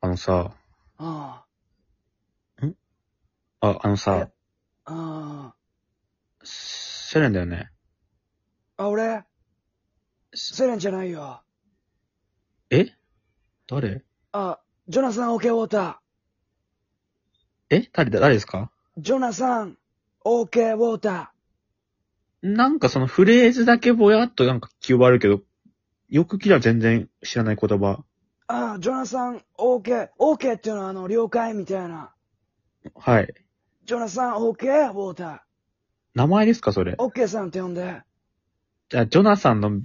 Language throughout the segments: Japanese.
あのさ、あ、ああのさ、あ、あセレンだよね。あ。あ、俺、すセレンじゃないよ。え誰あ、ジョナサン・オケ・ウォータえ誰だ、誰ですかー。ジョナサン・オケ・ウォータなんかそのフレーズだけぼやっとなんか記憶あるけど、よく聞いたら全然知らない言葉。ー。ああ、ジョナサン・オケ、オケっていうのはあの、了解みたいな。はい。ジョナサン・オケ・ウォータ名前ですかそれー。。オッケーさんって呼んで。じゃあ、ジョナサンの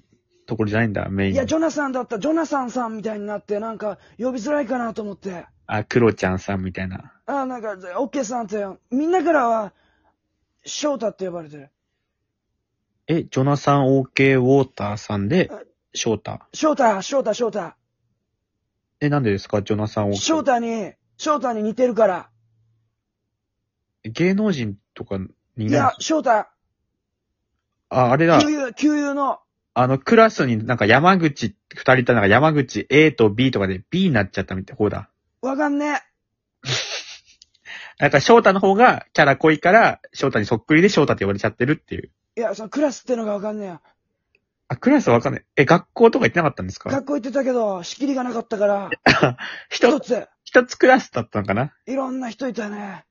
ところじゃないんだ、メイン。いや、ジョナサンだった、ジョナサンさんみたいになって、なんか、呼びづらいかなと思って。あ、クロちゃんさんみたいな。ああ、なんか、オッケーさんって、みんなからは、翔太って呼ばれてる。え、ジョナサン OK ウォーターさんであ、翔太。翔太、翔太、翔太。え、なんでですかジョナサン OK。翔太に、翔太に似てるから。芸能人とかにいいないや、翔太、あ、あれだ。給油、給油の、あの、クラスになんか山口、二人いたなんか山口 A と B とかで B になっちゃったみたいな方だ。わかんねなんか翔太の方がキャラ濃いから、翔太にそっくりで翔太って言われちゃってるっていう。え。いや、そのクラスってのがわかんねえよ。あ、クラスわかんない。え、学校とか行ってなかったんですか学校行ってたけど、仕切りがなかったから、一一つ、つ、一つクラスだったのかないろんな人いたね。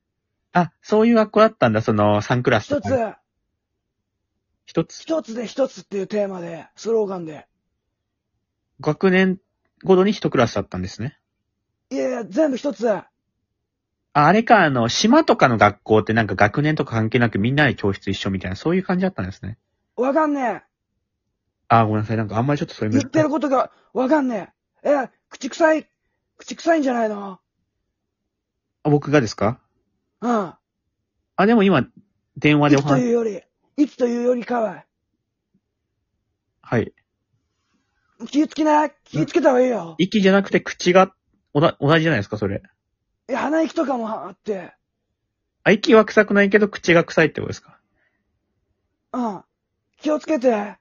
あ、そういう学校だったんだ、その3クラス一とつか。、一つ。一つで一つっていうテーマで、スローガンで。学年ごとに一クラスだったんですね。いやいや、全部一つ。あ、あれか、あの、島とかの学校ってなんか学年とか関係なくみんなで教室一緒みたいな、そういう感じだったんですね。わかんねあ、ごめんなさい。なんかあんまりちょっとそれえ。難言しいってることがわかんねえ。え、口臭い、口臭いんじゃないのあ僕がですかうん。あ、でも今、電話でおいつと話いうより、いつというよりかは、はい。気をつけな、気をつけた方がいいよ。息じゃなくて口が、おな、同じじゃないですか、それ。いや、鼻息とかもあって、あ、息は臭くないけど、口が臭いってことですか。うん。気をつけて。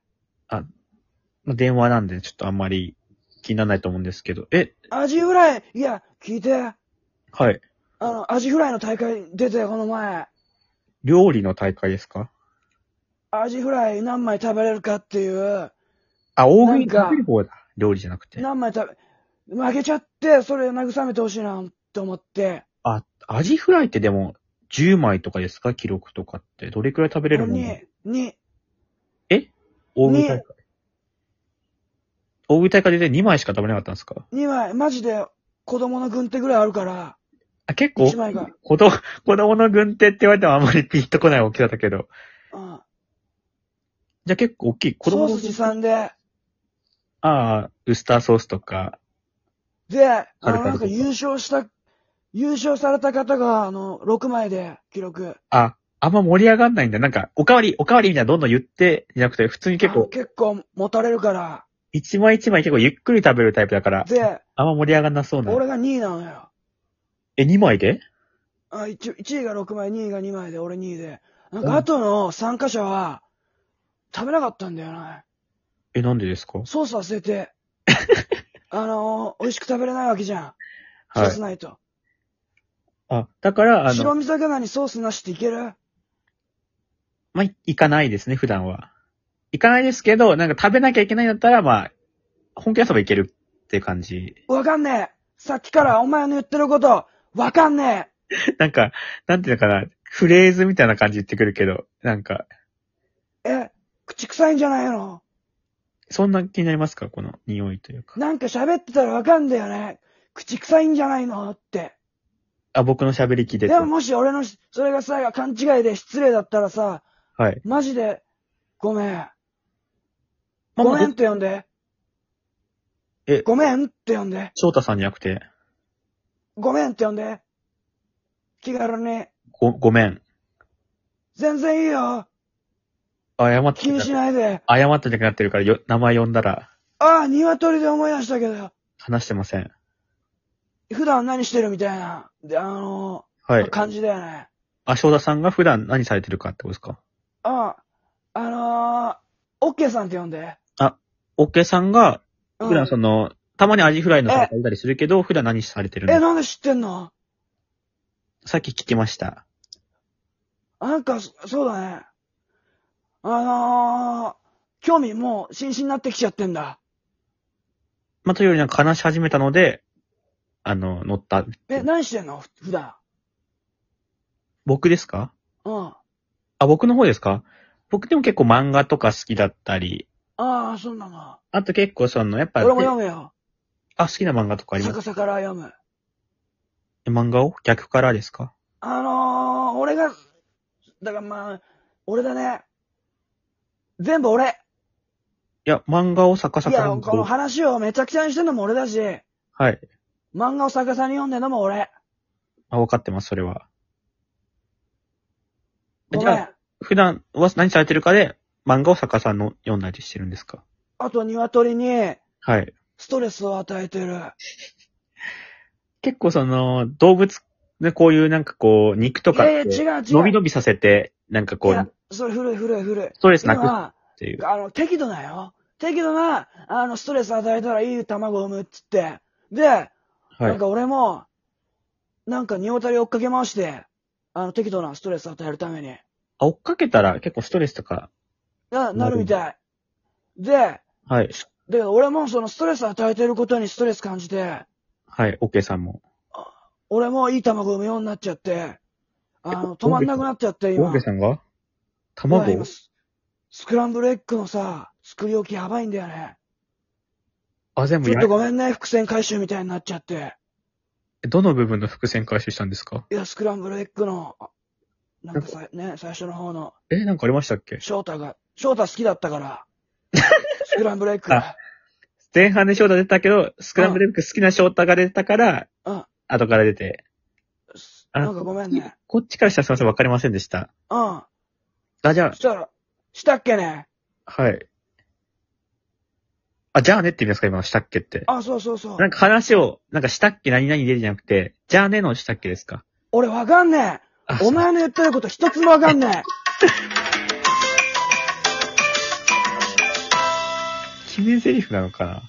まあ、電話なんで、ちょっとあんまり気にならないと思うんですけど。え、アジフライ、いや、聞いて、あはい。の、アジフライの大会出て、この前、料理の大会ですかアジフライ何枚食べれるかっていう、あ、大食いなんか食べる方だ。料理じゃなくて。何枚食べ、負けちゃって、それ慰めてほしいな、と思って、あ、アジフライってでも、10枚とかですか記録とかって。どれくらい食べれるもんに、に、大食い大会。大食い大会で2枚しか食べれなかったんですか2枚、マジで、子供の軍手ぐらいあるから、あ、結構1、枚が、子供、子供の軍手って言われてもあんまりピンとこない大きさだけど。うん、じゃあ結構大きい。子ソ供ーのス持参で、ああ、ウスターソースとか。で、ああるの、なんあるか優勝した、優勝された方が、あの、6枚で記録。あ、あんま盛り上がんないんだ。なんか、おかわり、おかわりみたいなどんどん言って、じゃなくて、普通に結あの構、結構持たれるから、一枚一枚結構ゆっくり食べるタイプだから、で、あんま盛り上がんなそうな。俺が2位なのよ。え、二枚であ、1, 位が6枚、2位が2枚で、俺2位で。なんか、後の参加者は、食べなかったんだよな。え、なんでですかソース忘れ て。あのー美味しく食べれないわけじゃん。ソはースい。ないと。あ、だから、あの、白身魚にソースなしっていけるまあ、い行かないですね、普段は。行かないですけど、なんか食べなきゃいけないんだったら、まあ、本気出せばいけるっていう感じ。 わかんねえ。さっきからお前の言ってること、わかんねなんか、なんていうのかな、フレーズみたいな感じ言ってくるけど、なんか、え。え、口臭いんじゃないのそんな気になりますかこの匂いというか。なんか喋ってたらわかんだよね。口臭いんじゃないのって。あ、僕の喋り聞いててでももし俺のし、それがさ、勘違いで失礼だったらさ、はい。マジで、ごめん。まあごまあめんって呼んで。えごめんって呼んで。翔太さんじゃなくて、ごめんって呼んで。気軽に。ご、ごめん。全然いいよ。謝って気にしないで。謝ってなくなってるから、よ、名前呼んだら、ああ、鶏で思い出したけど、話してません。普段何してるみたいな、で、あのはい。感じだよね。あ、翔太さんが普段何されてるかってことですかああ、あのー、オッケーさんって呼んで。オッケーさんが、うん普段その、たまにアジフライのサラダいたりするけど、普段何されてるえ、のなんで知ってんのさっき聞きました。なんか、そそうだね。あのー、興味もう、真摯になってきちゃってんだ。まあ、というよりなんか話し始めたので、あの、乗った。え、何してんのふ普段。僕ですかうん。ああ、僕の方ですか僕でも結構漫画とか好きだったり、あ、そんなの。あと結構その、やっぱ、俺も読むよ。あ、好きな漫画とかあります逆さから読む。え漫画を逆からですかあのー、俺が、だからまあ、俺だね。全部俺。いや、漫画を逆さいかや、らのこの話をめちゃくちゃにしてんのも俺だし、はい。漫画を逆さに読んでんのも俺。あ、わかってます、それは。ごじめゃんあ。普段は何されてるかで、漫画を逆さの読んだりしてるんですかあと、鶏に、はい。ストレスを与えてる。結構その、動物、ね、こういうなんかこう、肉といかっやいて、や、違う違う。伸び伸びさせて、なんかこいやう、、それ古い古い古い。ストレスなくっ今、ていう。あの、適度だよ。適度な、あの、ストレス与えたらいい卵を産むっつって。で、はなんい。か俺も、なんか、尿たり追っかけ回して、あの、適度なストレス与えるために。あ、追っかけたら結構ストレスとか、な、なるみたい。で、はい。で、俺もそのストレス与えてることにストレス感じて、はい、OK さんも。俺もいい卵産むようになっちゃって、あえの、止まんなくなっちゃって、今。 OK さんがいや卵今ススクランブルエッグのさ、作り置きやばいんだよね。あ、全部ちょやっと、ごめんね、伏線回収みたいになっちゃって。どの部分の伏線回収したんですかいや、スクランブルエッグの、あなんかさ、ね、最初の方の、え、なんかありましたっけ翔太が、翔太好きだったから、 スクランブルエッグが。前半で翔太出たけど、スクランブルエッグ好きな翔太が出たから、うん、後から出て。すあなんかごめんね。こっちからしたらすいません、わかりませんでした。うん。あ、じゃそしたら、したっけねあ、はい。あ、じゃあねって意味ですか今のしたっけって。あ、そうそうそうな。んか話を、なんかしたっけ何々でじゃなくて、じゃあねのしたっけですか俺わかんねあえ。お前の言ってること一つもわかんね決め台詞なのかな